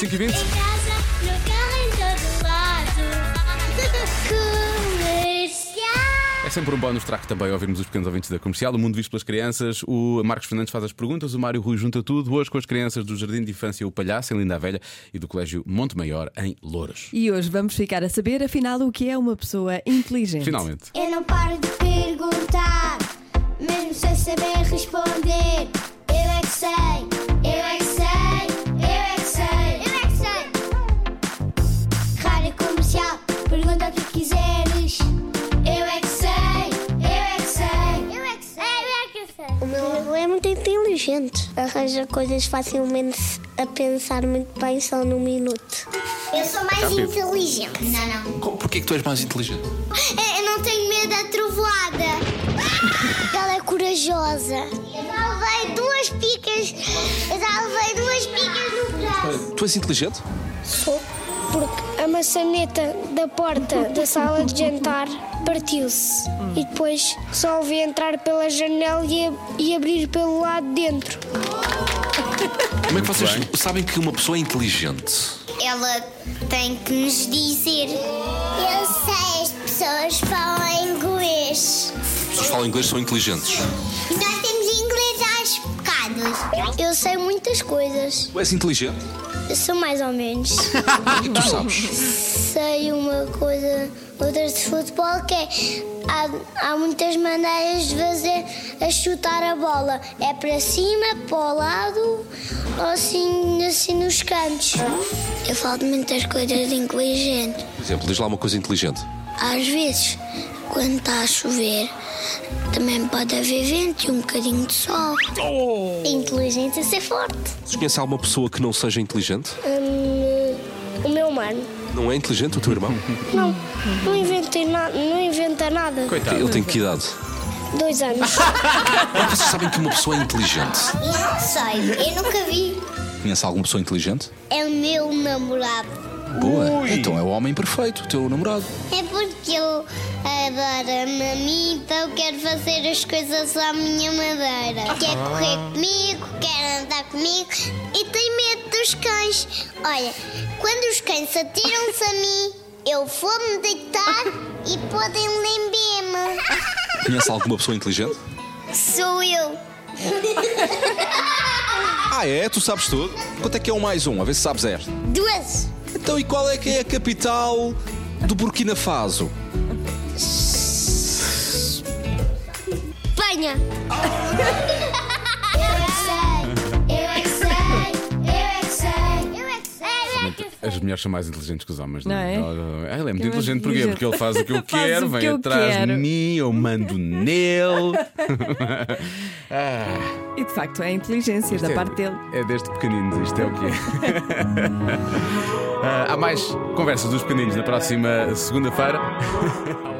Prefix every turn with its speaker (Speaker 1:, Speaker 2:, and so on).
Speaker 1: 5 e 20
Speaker 2: casa, no carro, em todo lado. Comercial.
Speaker 1: É sempre um bónus track também ouvirmos os pequenos ouvintes da comercial, o mundo visto pelas crianças. O Marcos Fernandes faz as perguntas, o Mário Rui junta tudo. Hoje com as crianças do Jardim de Infância O Palhaço, em Linda a Velha, e do Colégio Monte Maior, em Louras.
Speaker 3: E hoje vamos ficar a saber, afinal, o que é uma pessoa inteligente.
Speaker 1: Finalmente.
Speaker 2: Eu não paro de perguntar, mesmo sem saber responder. Eu é que sei, eu é que sei, eu é que sei, eu é que sei. Rádio comercial, pergunta o que quiseres. Eu é que sei, eu é que sei, eu é que sei, eu é que sei.
Speaker 4: O meu avô é muito inteligente. Arranja coisas facilmente a pensar muito bem só num minuto.
Speaker 2: Eu sou mais
Speaker 1: Rápido.
Speaker 2: inteligente. Não, não.
Speaker 5: Como- Porquê que tu és mais inteligente?
Speaker 2: É, Eu não tenho medo da trovoada.
Speaker 4: Ela é corajosa.
Speaker 2: Eu já levei duas picas. Eu já levei duas picas no braço.
Speaker 5: Tu és inteligente?
Speaker 4: Sou. Porque a maçaneta da porta da sala de jantar partiu-se. E depois só ouvi entrar pela janela e, ab- e abrir pelo lado de dentro.
Speaker 5: Como é que vocês
Speaker 1: bem.
Speaker 5: sabem que uma pessoa é inteligente?
Speaker 2: Ela tem que nos dizer. Eu sei, as pessoas falam inglês.
Speaker 5: As pessoas que falam inglês são inteligentes.
Speaker 2: E nós temos inglês aos bocados.
Speaker 4: Eu sei muitas coisas.
Speaker 5: Tu és inteligente?
Speaker 4: Eu sou mais ou menos.
Speaker 5: O que é que tu sabes?
Speaker 4: sei uma coisa, outra de futebol, que é há, há muitas maneiras de fazer a chutar a bola. É para cima, para o lado ou assim, assim nos cantos. Eu falo de muitas coisas inteligentes.
Speaker 5: Por exemplo, diz lá uma coisa inteligente.
Speaker 4: Às vezes, quando está a chover, também pode haver vento e um bocadinho de sol.
Speaker 5: Oh.
Speaker 4: Inteligente é ser forte.
Speaker 5: Tu conheces alguma pessoa que não seja inteligente?
Speaker 4: Hum, o meu mano.
Speaker 5: Não é inteligente o teu irmão?
Speaker 4: Não, não, inventei na, não inventa nada.
Speaker 1: Coitado.
Speaker 5: Ele tem que idade?
Speaker 4: Dois anos.
Speaker 5: Como é que vocês sabem que uma pessoa é inteligente?
Speaker 2: Eu não sei, eu nunca vi.
Speaker 5: Conhece alguma pessoa inteligente?
Speaker 2: É o meu namorado.
Speaker 5: Boa. Então é o homem perfeito, o teu namorado.
Speaker 2: É porque ele adora-me a mim, então quero fazer as coisas à minha maneira. Quer correr comigo, quer andar comigo e tem medo dos cães. Olha, quando os cães atiram-se a mim, eu vou-me deitar e podem lamber-me. Ah,
Speaker 5: Conhece alguma pessoa inteligente?
Speaker 2: Sou eu.
Speaker 5: Ah, é? Tu sabes tudo? Quanto é que é um mais um? A ver se sabes esta.
Speaker 2: Duas.
Speaker 5: Então, e qual é que é a capital do Burkina Faso?
Speaker 2: Espanha. Eu é que sei, eu é que sei, eu é que sei, eu é que sei, eu é que sei.
Speaker 1: As mulheres são mais inteligentes que os homens, não,
Speaker 3: Não é?
Speaker 1: Ela, ela é muito
Speaker 3: é
Speaker 1: inteligente,
Speaker 3: muito
Speaker 1: porquê?
Speaker 3: inteligente.
Speaker 1: Porque ele faz o que eu
Speaker 3: Faz o
Speaker 1: quero,
Speaker 3: que
Speaker 1: vem
Speaker 3: eu
Speaker 1: atrás de
Speaker 3: quero.
Speaker 1: mim, eu mando nele.
Speaker 3: E de facto, é a inteligência da
Speaker 1: Isto é-
Speaker 3: parte dele.
Speaker 1: É deste pequeninos, isto é o que é. Ah, há mais conversas dos pequeninos na próxima segunda-feira.